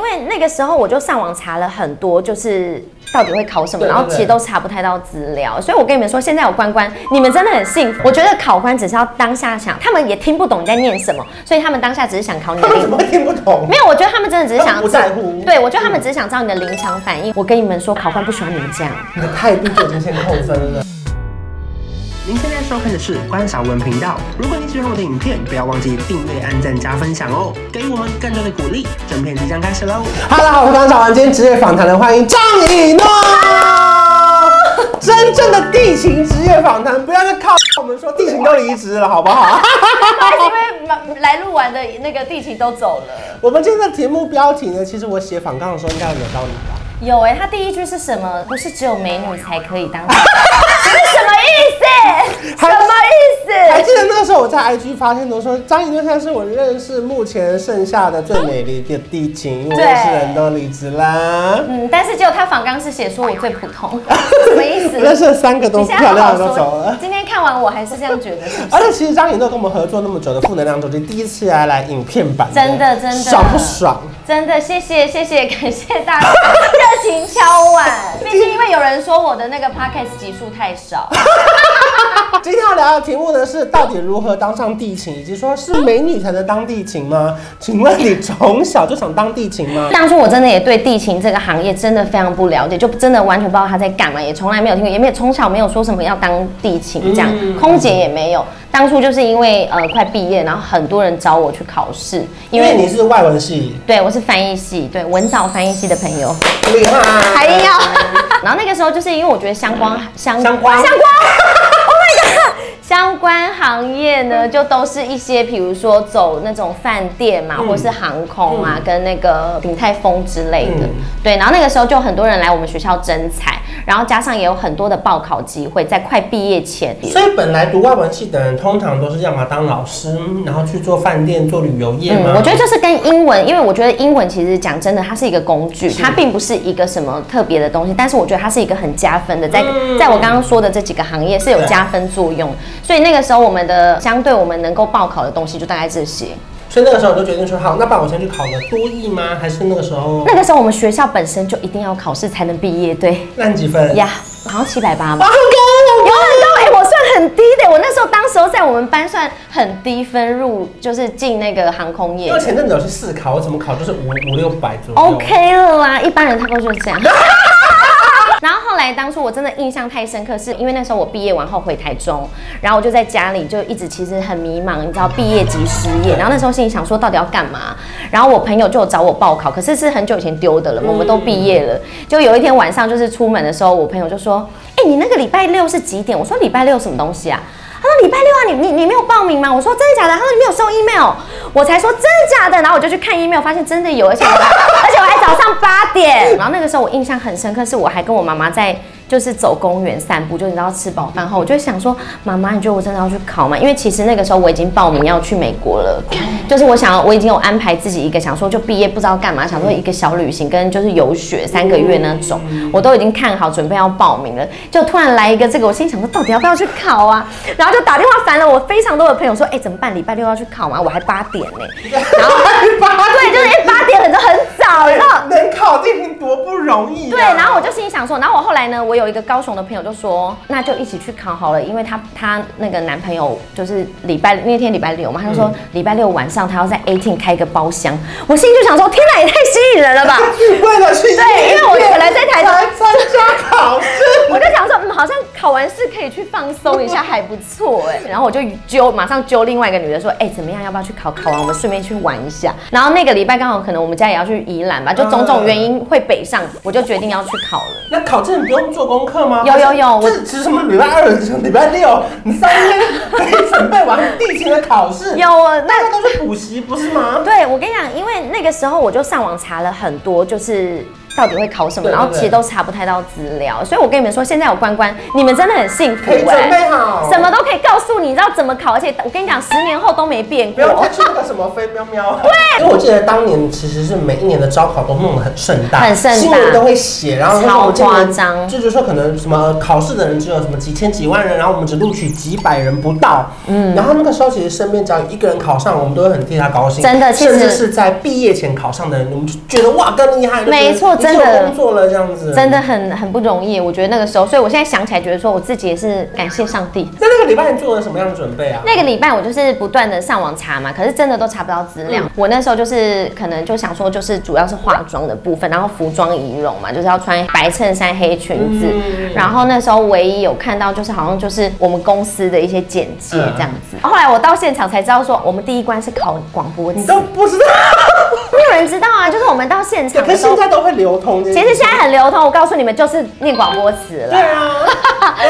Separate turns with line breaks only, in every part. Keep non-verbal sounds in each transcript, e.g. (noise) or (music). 为那个时候我就上网查了很多，就是到底会考什么，
对对
然后其实
对
都查不太到资料。所以我跟你们说，现在有关关，你们真的很幸福。我觉得考官只是要当下想，他们也听不懂你在念什么，所以他们当下只是想考你的
他们
临。
怎
(laughs)
么会听不
(laughs)
懂？
没有，我觉得他们真的只是想
他
要
们不在乎
对，我觉得他们只是想知道你的临场反应。我跟你们说，考官不喜欢你们这 (laughs) 样。
你的态度就已经先扣分了。
您现在收看的是关少文频道。如果你喜欢我的影片，不要忘记订阅、按赞、加分享哦，给予我们更多的鼓励。整片即将开始喽！
哈喽，我是关少文，今天职业访谈人欢迎张以诺。真正的地形职业访谈，不要再靠我们说地形都离职了，好不好？ (laughs)
因为来录完的那个地勤都走了。
我们今天的题目标题呢，其实我写访纲的时候应该有惹到你吧？
有哎、他第一句是什么？不是只有美女才可以 (laughs) 当。这是什么意思？什
还
么
(laughs) 还
意
记得那个时候我在 IG 发现，都说张怡诺现在是我认识目前剩下的最美丽的地景，因为我认识人都离职啦
思？。嗯，但是只有他反刚是写说我最普
(laughs)
通，什么意思？
认识了三个都
你
漂
现在好
亮
好
的都走
说 (laughs)
了。。
今天看完我还是这样觉得，是不
而
是？
且其实张颖诺跟我们合作那么久的负能量周期，第一次来来影片版，
真的真的
爽不爽？
真的，谢谢谢谢，感谢大
(laughs)
家热情敲碗。毕竟因为有人说我的那个 podcast 集数太少，
今天要聊的题目呢是到底如何当上地勤，以及说是美女才能当地勤吗？请问你从小就想当地勤吗？
当初我真的也对地勤这个行业真的非常不了解，就真的完全不知道他在干嘛，也从来没有听过，也没有从小没有说什么要当地勤这样，
嗯
空姐也没有。当初就是因为呃快毕业，然后很多人找我去考试，因
因为
为
你是外文系，
对我是翻译系，对文藻翻译系的朋友，
厉害，啊
还要。 (laughs) 然后那个时候就是因为我觉得相关相
嗯相关
相关，Oh my god！相关行业
嗯
呢，就都是一些，比如说走那种饭店
嗯
嘛，或是航空啊，跟那个鼎泰丰之类的。
嗯
对，然后那个时候就很多人来我们学校征才，然后加上也有很多的报考机会，在快毕业前。
所以本来读外文系的人，通常都是要么当老师，然后去做饭店、做旅游业吗？
嗯我觉得就是跟英文，因为我觉得英文其实讲真的，它是一个工具，它并不是一个什么特别的东西，但是我觉得它是一个很加分的，在、在我刚刚说的这几个行业是有
嗯对
加分作用，所以那个时候我们的相对我们能够报考的东西就大概这些。
所以那个时候我就决定说，好，那不然我先去考个多艺吗？还是那个时候
那个时候我们学校本身就一定要考试才能毕业，对
烂几分？
呀，好像七百八吧
啊哇，。好高
有很高哎、我算很低的，我那时候当时候在我们班算很低分入，就是进那个航空业
因为。前阵子有去试考，我怎么考就是五五六百左右。
OK 了啦，一般人差不多就是
(laughs)
这样。然后后来，当初我真的印象太深刻，是因为那时候我毕业完后回台中，然后我就在家里就一直其实很迷茫，你知道毕业即失业，然后那时候心里想说到底要干嘛，然后我朋友就有找我报考，可是是很久以前丢
嗯
的了，我们都毕业了。就有一天晚上就是出门的时候，我朋友就说：“哎、你那个礼拜六是几点？”我说：“礼拜六什么东西啊？”他说礼拜六啊，你你你没有报名吗？我说真的假的？他说你没有收 email，我才说真的假的，然后我就去看 email，发现真的有，而且我还 (laughs) 而且我还早上八点。然后那个时候我印象很深刻，是我还跟我妈妈在就是走公园散步，就你知道吃饱饭后，我就想说妈妈，你觉得我真的要去考吗？因为其实那个时候我已经报名要去美国了，就是我想要我已经有安排自己一个想说就毕业不知道干嘛，想说一个小旅行跟就是游学三个月那种，我都已经看好准备要报名了，就突然来一个这个，我心想说到底要不要去考啊？然后就打电话烦了我非常多的朋友说，哎、怎么办？礼拜六要去考吗？我还八点呢、然后
八
对，就是哎八、点很很早，你知道。
哎能考地勤多不容易、啊。
对，然后我就心里想说，然后我后来呢，我有一个高雄的朋友就说，那就一起去考好了，因为她她那个男朋友就是礼拜那天礼拜六嘛，他就说礼拜六晚上他要在18开一个包厢，我心里就想说，天哪，也太吸引人了吧！
为了去
对因为我可能在台中
来参加考试，
我就想说，嗯，好像考完试可以去放松一下，还不错哎。然后我就揪，马上揪另外一个女的说，哎、怎么样？要不要去考？考完我们顺便去玩一下。然后那个礼拜刚好可能我们家也要去宜兰吧，就种种原因会北上，我就决定要去考了。
那考证不用做功课吗？
有有有我
这只是什么礼拜二、礼拜六，你三天 (laughs) 可以准备完地勤的考试，
有啊，那
大家都是补习不是吗？
对，我跟你讲，因为那个时候我就上网查了很多，就是到底会考什么，
对对
然后其实
对
都查不太到资料。所以我跟你们说，现在有关关，你们真的很幸福
可以准备好
什么都可以告诉你，你知道怎么考，而且我跟你讲，十年后都没变
不要
过
再。去那个什么飞喵喵。对，因为我记得当年其实是每一年的招考都弄得很盛大，
很盛大
新闻都会写，然后
超
我们今年
夸张
就是说可能什么考试的人只有什么几千几万人，然后我们只录取几百人不到。嗯，然后那个时候其实身边只要有一个人考上，我们都会很替他高兴。
真的其实
甚至是在毕业前考上的人，我们就觉得哇更厉害，
没错
就觉得已
真
经
的
有工作了这样子，
真的。很很不容易，我觉得那个时候，所以我现在想起来，觉得说我自己也是感谢上帝。
那那个礼拜你做了什么样的准备啊？
那个礼拜我就是不断的上网查嘛，可是真的都查不到资料。我那时候就是可能就想说，就是主要是化妆的部分，然后服装仪容嘛，就是要穿白衬衫、黑裙子。然后那时候唯一有看到就是好像就是我们公司的一些简介这样子。后来我到现场才知道说，我们第一关是考广播
你
词，
都
(laughs)
不知道，
没有人知道啊，就是我们到现场
可
的
是
时候
现。在都会流通这些。
其实现在很流通，我告诉你们，就是念广播词了。
对啊，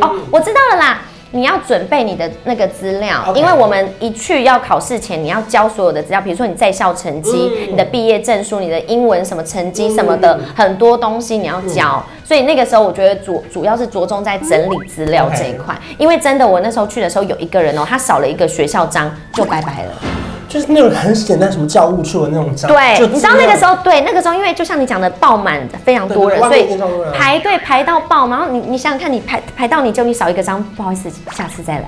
哦，我知道了啦。你要准备你的那个资料
OK
因为我们一去要考试前，你要交所有的资料，比如说你在校成绩、
嗯
你的毕业证书、你的英文什么成绩什么的，很多东西你要交。
嗯
所以那个时候，我觉得主主要是着重在整理资料
OK
这一块因为真的，我那时候去的时候有一个人哦，他少了一个学校章就拜
(laughs)
拜了。
就是那种很简单，什么教务处的那种章。
对，你知道那个时
候，
候，对那个时候，因为就像你讲的，爆满非常多人，所
对对对外面一定超多
以
人
排队排到爆。然后你你想想看，你排排到你就你少一个章，不好意思，下次再来。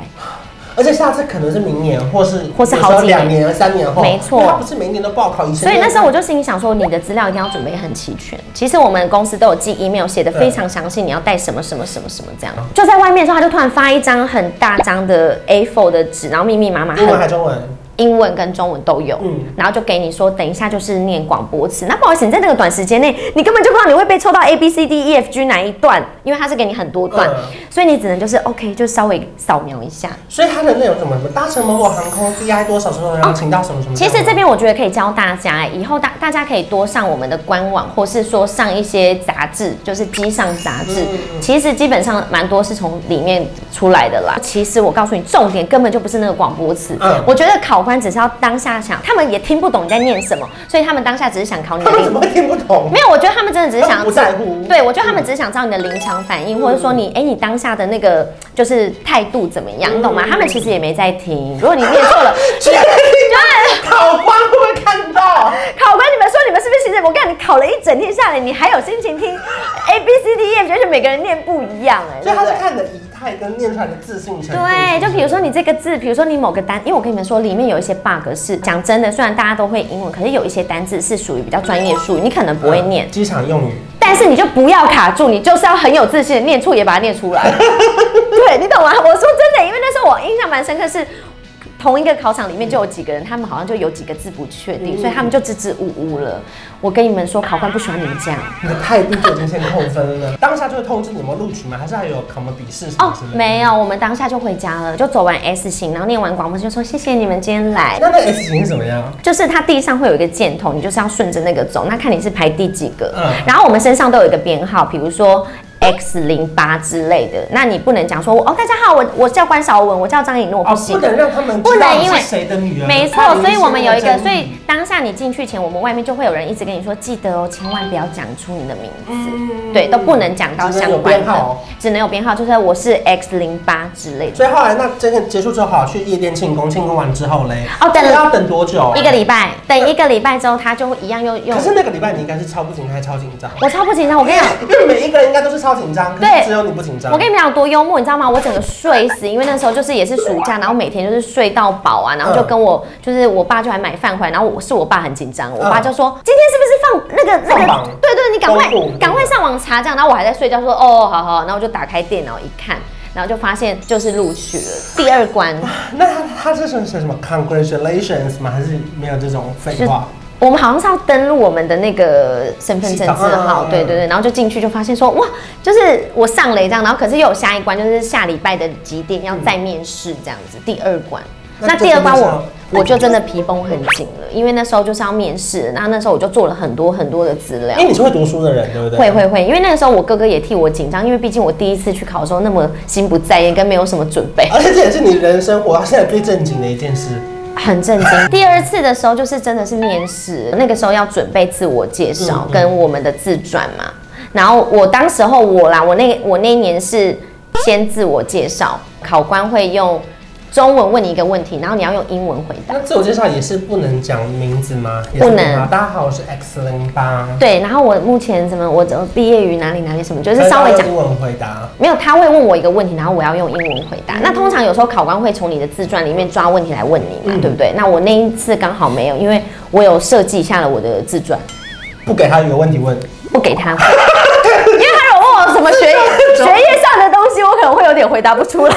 而且下次可能是明年，或是
或是好几年
有时候两年、三年后，
没错
因为他不是每一年都报考一次。
所以那时候我就心里想说，你的资料一定要准备很齐全。其实我们公司都有寄 email 写的非常详细，你要带什么什么什么什么这样。就在外面的时候，他就突然发一张很大张的 A4 的纸，然后密密麻麻，
英文还
很
中文，
英文跟中文都有，
嗯
然后就给你说，等一下就是念广播词。那不好意思，你在那个短时间内，你根本就不知道你会被抽到 A B C D E F G 哪一段，因为它是给你很多段，
嗯
所以你只能就是 OK，就稍微扫描一下。
所以它的内容什么什么搭乘某某航空 DI 多少什么，然后请到什么什么。
其实这边我觉得可以教大家，以后大大家可以多上我们的官网，或是说上一些杂志，就是机上杂志。
嗯
其实基本上蛮多是从里面出来的啦。其实我告诉你，重点根本就不是那个广播词。
嗯
我觉得考官只是要当下想，他们也听不懂你在念什么，所以他们当下只是想考你的
他们怎
临。
么会听不懂？
没有，我觉得他们真的只是
他
想
们不在乎嗯
对，我觉得他们只是想知道你的临场反应，或者说你哎、你当下的那个就是态度怎么样，
嗯
你懂吗？他们其实也没在听。如果你念错
(laughs)
了，
确定吗？考官会不会看到？
考官，你们说你们是不是其实我看你考了一整天下来，你还有心情听 A B C D E F，就是每个人念不一样哎、对
所以
不
他是
对？
看你的仪态跟念出来的自信程度。
对，就比如说你这个字，比如说你某个单，因为我跟你们说，里面有一些 bug 是讲真的，虽然大家都会英文，可是有一些单字是属于比较专业术语，你可能不会念，
机场用语，
但是你就不要卡住，你就是要很有自信的念错也把它念出来。对你懂吗？我说真的，因为那时候我印象蛮深刻是。同一个考场里面就有几个人，他们好像就有几个字不确定，所以他们就支支吾吾了。我跟你们说，考官不喜欢你们这样。
你的态度就已经先扣分了。当下就会通知你们录取吗？还是还有考么笔试什么
哦
之类，的？
没有，我们当下就回家了，就走完 S 型，然后念完广播就说谢谢你们今天来。
那那 S 型是怎么样？
就是它地上会有一个箭头，你就是要顺着那个走，那看你是排第几个。
嗯
然后我们身上都有一个编号，比如说 X 零八之类的，那你不能讲说哦，大家好，我我叫关少文，我叫张颖诺，
哦，
不行。
不能让他们
不
知道
能
你
因
是
为
谁的女儿。
没错
怕，你
所以我们有一
陷
个，
入
所以
争议
当下你进去前，我们外面就会有人一直跟你说，记得哦，千万不要讲出你的名
嗯
字，对，都不能讲到
只能
相
有
关
编
的
号，哦
只能有编号，就是我是 X 零八之类的。
所以后来那这个结束之后，好去夜店庆功，庆功完之后嘞，
哦等
这个要等多久？
一个。礼拜，等一个礼拜之后，他就会一样又用
可。是那个礼拜你应该是超不紧张，超紧张。
我超不紧张，我跟你讲。
因为每一个人应该都是超紧张，可
对
是只有你不紧张。
我跟你们讲有多幽默，你知道吗？我整个睡死，因为那时候就是也是暑假，然后每天就是睡到饱啊，然后就跟我、就是我爸就还买饭回来，然后我是我爸很紧张，我爸就说、今天是不是放那个
放
那
榜
个？对对，你赶快
公布
赶快上网查这样，然后我还在睡觉说哦好好，然后我就打开电脑一看，然后就发现就是录取了第二关。
那他他这是什么？Congratulations 吗？还是没有这种废话？
我们好像是要登录我们的那个身份证字
系统
号
嗯，
对对对，然后就进去就发现说哇，就是我上了一张，然后可是又有下一关，就是下礼拜的几点要再面试这样子，第二关。
那
那
这
第二关
真的
我
是
我就真的皮绷很紧了，因为那时候就是要面试，然后那时候我就做了很多很多的资料
因。为你是会读书的人，对不对？
会。会会，因为那个时候我哥哥也替我紧张，因为毕竟我第一次去考的时候那么心不在焉，跟没有什么准备。
而且这也是你人生活到现在最正经的一件事。
很震惊。第二次的时候，就是真的是面试，那个时候要准备自我介绍跟我们的自传嘛。然后我当时候我啦，我那我那一年是先自我介绍，考官会用中文问你一个问题，然后你要用英文回答。
那自我介绍也是不能讲名字吗？也是
不能
吗大家好，我是 X 零八。
对，然后我目前怎么我怎么毕业于哪里哪里什么，就是
所以
稍微
大家
讲
用英文回答。
没有，他会问我一个问题，然后我要用英文回答。那通常有时候考官会从你的自传里面抓问题来问你嘛，对不对？那我那一次刚好没有，因为我有设计下了我的自传，
不给他有问题问，
不给他问，因为他有问我什么学业学业上的东西，我可能会有点回答不出来。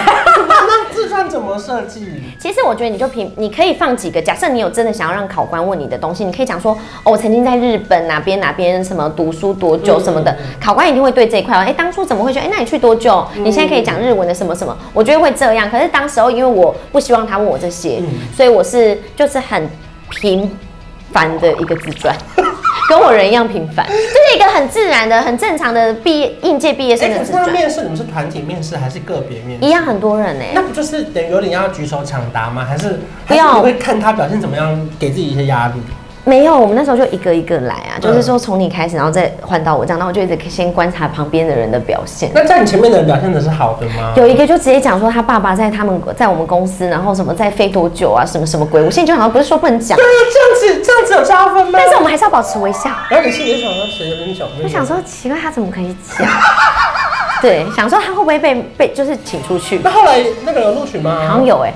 那自传怎么设计？
其实我觉得你就凭你可以放几个，假设你有真的想要让考官问你的东西，你可以讲说哦，我曾经在日本哪边哪边什么读书多久
嗯
什么的，考官一定会对这一块哦，哎，当初怎么会去？哎，那你去多久？
嗯
你现在可以讲日文的什么什么？我觉得会这样。可是当时候因为我不希望他问我这
嗯
些，所以我是就是很平凡的一个自
(laughs)
传。跟我人一样平凡，就是一个很自然的、很正常的毕业应届毕业生
哎，
的
可是
自
他
传，
面试，你们是团体面试还是个别面试？
一样很多人哎呢、
那不就是等于有点要举手抢答吗？还是
不要
还是你会看他表现怎么样，给自己一些压力？
没有，我们那时候就一个一个来
嗯
啊，就是说从你开始，然后再换到我这样，然后我就一直先观察旁边的人的表现。
那在你前面的人表现的是好的吗？
有一个就直接讲说他爸爸在他们在我们公司，然后什么在飞多久啊，什么什么鬼。我现在就好像不是说不能讲
对，啊，这样子这样子有加分吗？
但是我们还是要保持微笑。
然后你心里想说谁有点小妹妹？
我想说奇怪，他怎么可以讲？
(laughs)
对，想说他会不会被被就是请出去？
那后来那个有录取吗？
好像有
(laughs)
哎、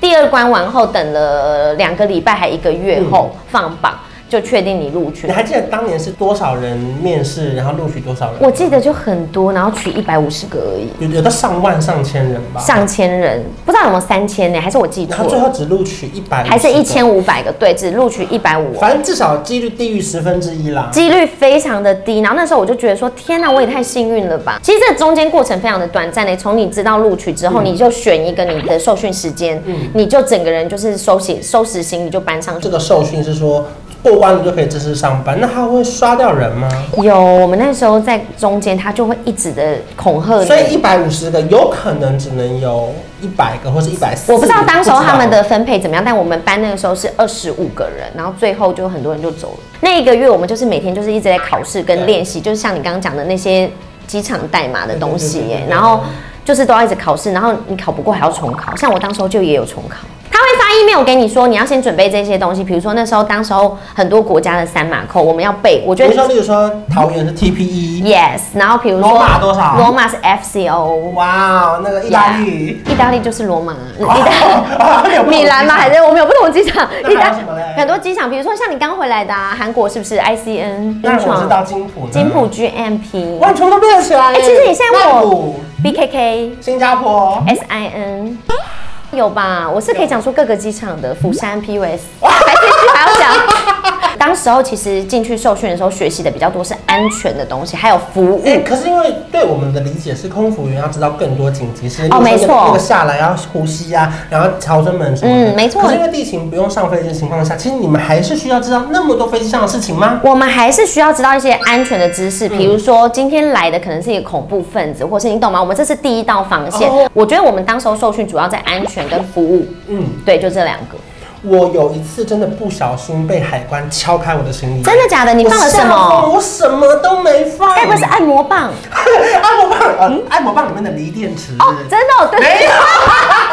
第二关完后，等了两个礼拜还一个月后、放榜，就确定你录取
嗯你。还记得当年是多少人面试，然后录取多少人？
我记得就很多，然后取一百五十个而已。
有有到上万上千人吧，
上千人，不知道有没有三千呢？还是我记
然
错
后最
了？
后只录取一百，
还是一千，五百个？对，只录取一百五，
反正至少几率低于十分之一啦。
几率非常的低。然后那时候我就觉得说，天哪，我也太幸运了吧！其实这中间过程非常的短暂呢，从你知道录取之后，
嗯
你就选一个你的受训时间，你就整个人就是收起收拾行李就搬上去
这。个受训是说过关了就可以正式上班，那他会刷掉人吗？
有，我们那时候在中间，他就会一直的恐吓
所以
你。
一百五十个有可能只能有一百个或是一百四。
我不知道当时候他们的分配怎么样，但我们班那个时候是二十五个人，然后最后就很多人就走了。那一个月我们就是每天就是一直在考试跟
对
练习，就是像你刚刚讲的那些机场代码的东西
对对对
耶
对，对
然后就是都要一直考试，然后你考不过还要重考。像我当时候就也有重考。他会发 email 给你说，你要先准备这些东西，比如说那时候当时候很多国家的三马扣，我们要背。我觉
比
得
如说，例如说桃园是 TPE，
yes，然后比如说
罗马多少
罗马是 FCO，
哇哦，那个意大利。
意大利就是罗马，啊
(laughs)
意大
哦有不同
米兰吗？
机场
还是我们有不同机场？
那还有
意大
什么嘞
很多机场，比如说像你刚回来的啊，韩国是不是 ICN
那我知道金普呢，
金普 GMP、
哇，你全部都背得起来耶。
哎其实你现在问我
曼谷
BKK、
新加坡，
SIN 有吧？我是可以讲出各个机场的，釜山
(laughs)
PUS 还继续还要讲。当时候其实进去受训的时候学习的比较多是安全的东西，还有服务。
哎、可是因为对我们的理解是，空服员要知道更多紧急事例
哦没错
那个下来要呼吸啊，然后逃生门什么的。
嗯没错
可是因为地勤不用上飞机的情况下，其实你们还是需要知道那么多飞机上的事情吗？
我们还是需要知道一些安全的知
嗯
识，比如说今天来的可能是一个恐怖分子，或是你懂吗？我们这是第一道防线。
哦
我觉得我们当时候受训主要在安全跟服务，
嗯，
对，就这两个。
我有一次真的不小心被海关敲开我的行李，
真的假的？你放了什
我吓哦
么？哎
疯我什么都没放，
该不会
(laughs)
是按摩棒？
按摩棒？呃，按摩棒里面的锂电池
哦，真的哦，对，
没有，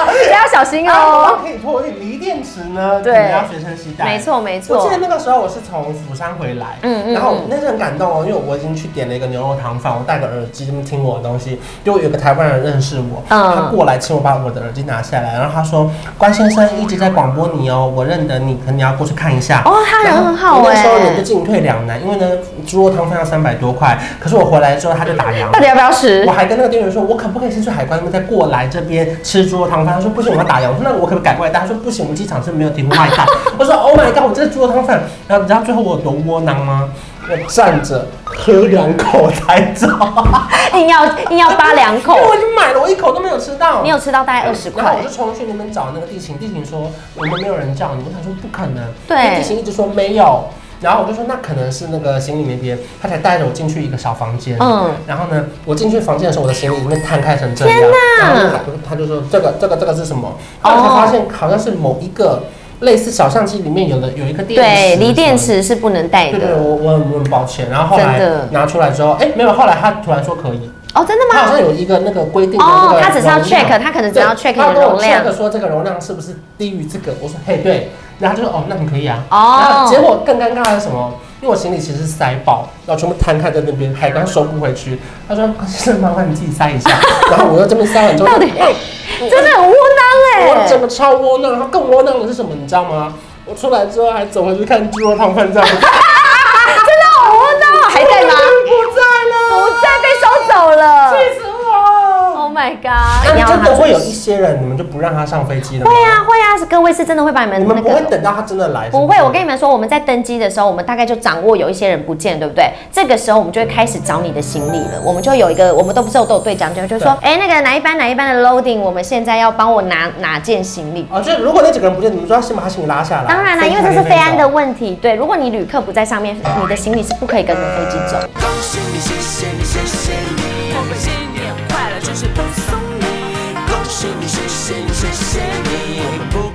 不 (laughs) 要小心
按摩棒
哦。
可以托运，锂电池呢？
对
可能要随身携带。
没错，没
啊我记
错
得。那个时候我是从釜山回来，
嗯嗯
然后那是很感动哦，因为我已经去点了一个牛肉汤饭，我戴个耳机这么听我的东西，就有个台湾人认识我，
嗯
他过来请我把我的耳机拿下来，然后他说关先生一直在广播你哦，我认得你，可能你要过去看一下。
哦，他人很好
那时候
哎
人就。进退两难，因为呢猪肉汤饭要三百多块，可是我回来之后他就打烊
到。底要不要吃
我？还跟那个店员说，我可不可以先去海关那边再过来这边吃猪肉汤饭？他说不行，我要打烊。我说那我可不可以改过来带？他说不行，我们机场是没有提供外带。我说 Oh my god，我这是猪肉汤饭。然后你知道最后我有多窝囊吗？我站着喝两口才走，
硬要硬要扒哦两口
(laughs) 因为。我已经买了，我一口都没有吃到。
你有吃到大概哎二十
呃然后
块
我就？冲去那边找那个地勤，地勤说我们没有人叫你，我想说不可能，
对
因为地勤一直说没有。然后我就说那可能是那个行李没别，他才带着我进去一个小房间。
嗯
然后呢，我进去房间的时候，我的行李已经摊开成这样。
天哪哦
然后他就他就说这个这个这个是什么？后来才发现好像是某一个类似小相机里面有的有一个电池。嗯
对，锂电。池是不能带
对对，
的。
我我很我很抱歉。然后后来
真的
拿出来之后，哎，没有，后来他突然说可以。
哦，真的
它好
吗？
像有一个那个规定的那
哦
个，
他只是要
容量
check，他可能只要 check 你
他
的
跟我
容量
check。说这个容量是不是低于这个，我说嘿对，然后他就说哦那你可以啊，然后结
哦，
果更尴尬的是什么？因为我行李其实是塞爆，然后全部摊开在那边，海关收不回去。他说啊先生麻烦你自己塞一下，然后我又这边塞完之后，
到
(laughs)
底
哎
真的很窝
我
囊
整
哎。
个超窝囊，然后更窝囊的是什么，你知道吗？我出来之后还走回去看猪肉汤饭这样子，
啊真的好窝囊，啊还在吗？
不在了，
不在，被收走了。
气死我！
Oh my god！
那真的
会
会有一些人，你们就不让他上飞机了吗？
会啊会啊，各位是真的会把你们
你
那
们不会
个。
等到他真的来？
不会，我跟
你
你们说，我们在登机的时候，我们大概就掌握有一些人不见，对不对？这个时候我们就会开始找你的行李了。我们就有一个，我们都不是有都有对讲机，就是说，哎，那个哪一班哪一班的 loading，我们现在要帮我拿哪件行李？
啊，就是如果那几个人不见，你们就要先把他行李拉下来。
当然啦，
飞
因
机
为这
才
是
可以
飞安的
走。
问题。对，如果你旅客不在上面，你的行李是不可以跟着飞机走。
恭喜你，谢谢你，谢谢你，我们新年快乐，就是恭送你。恭喜你，谢谢你，谢谢你，我们不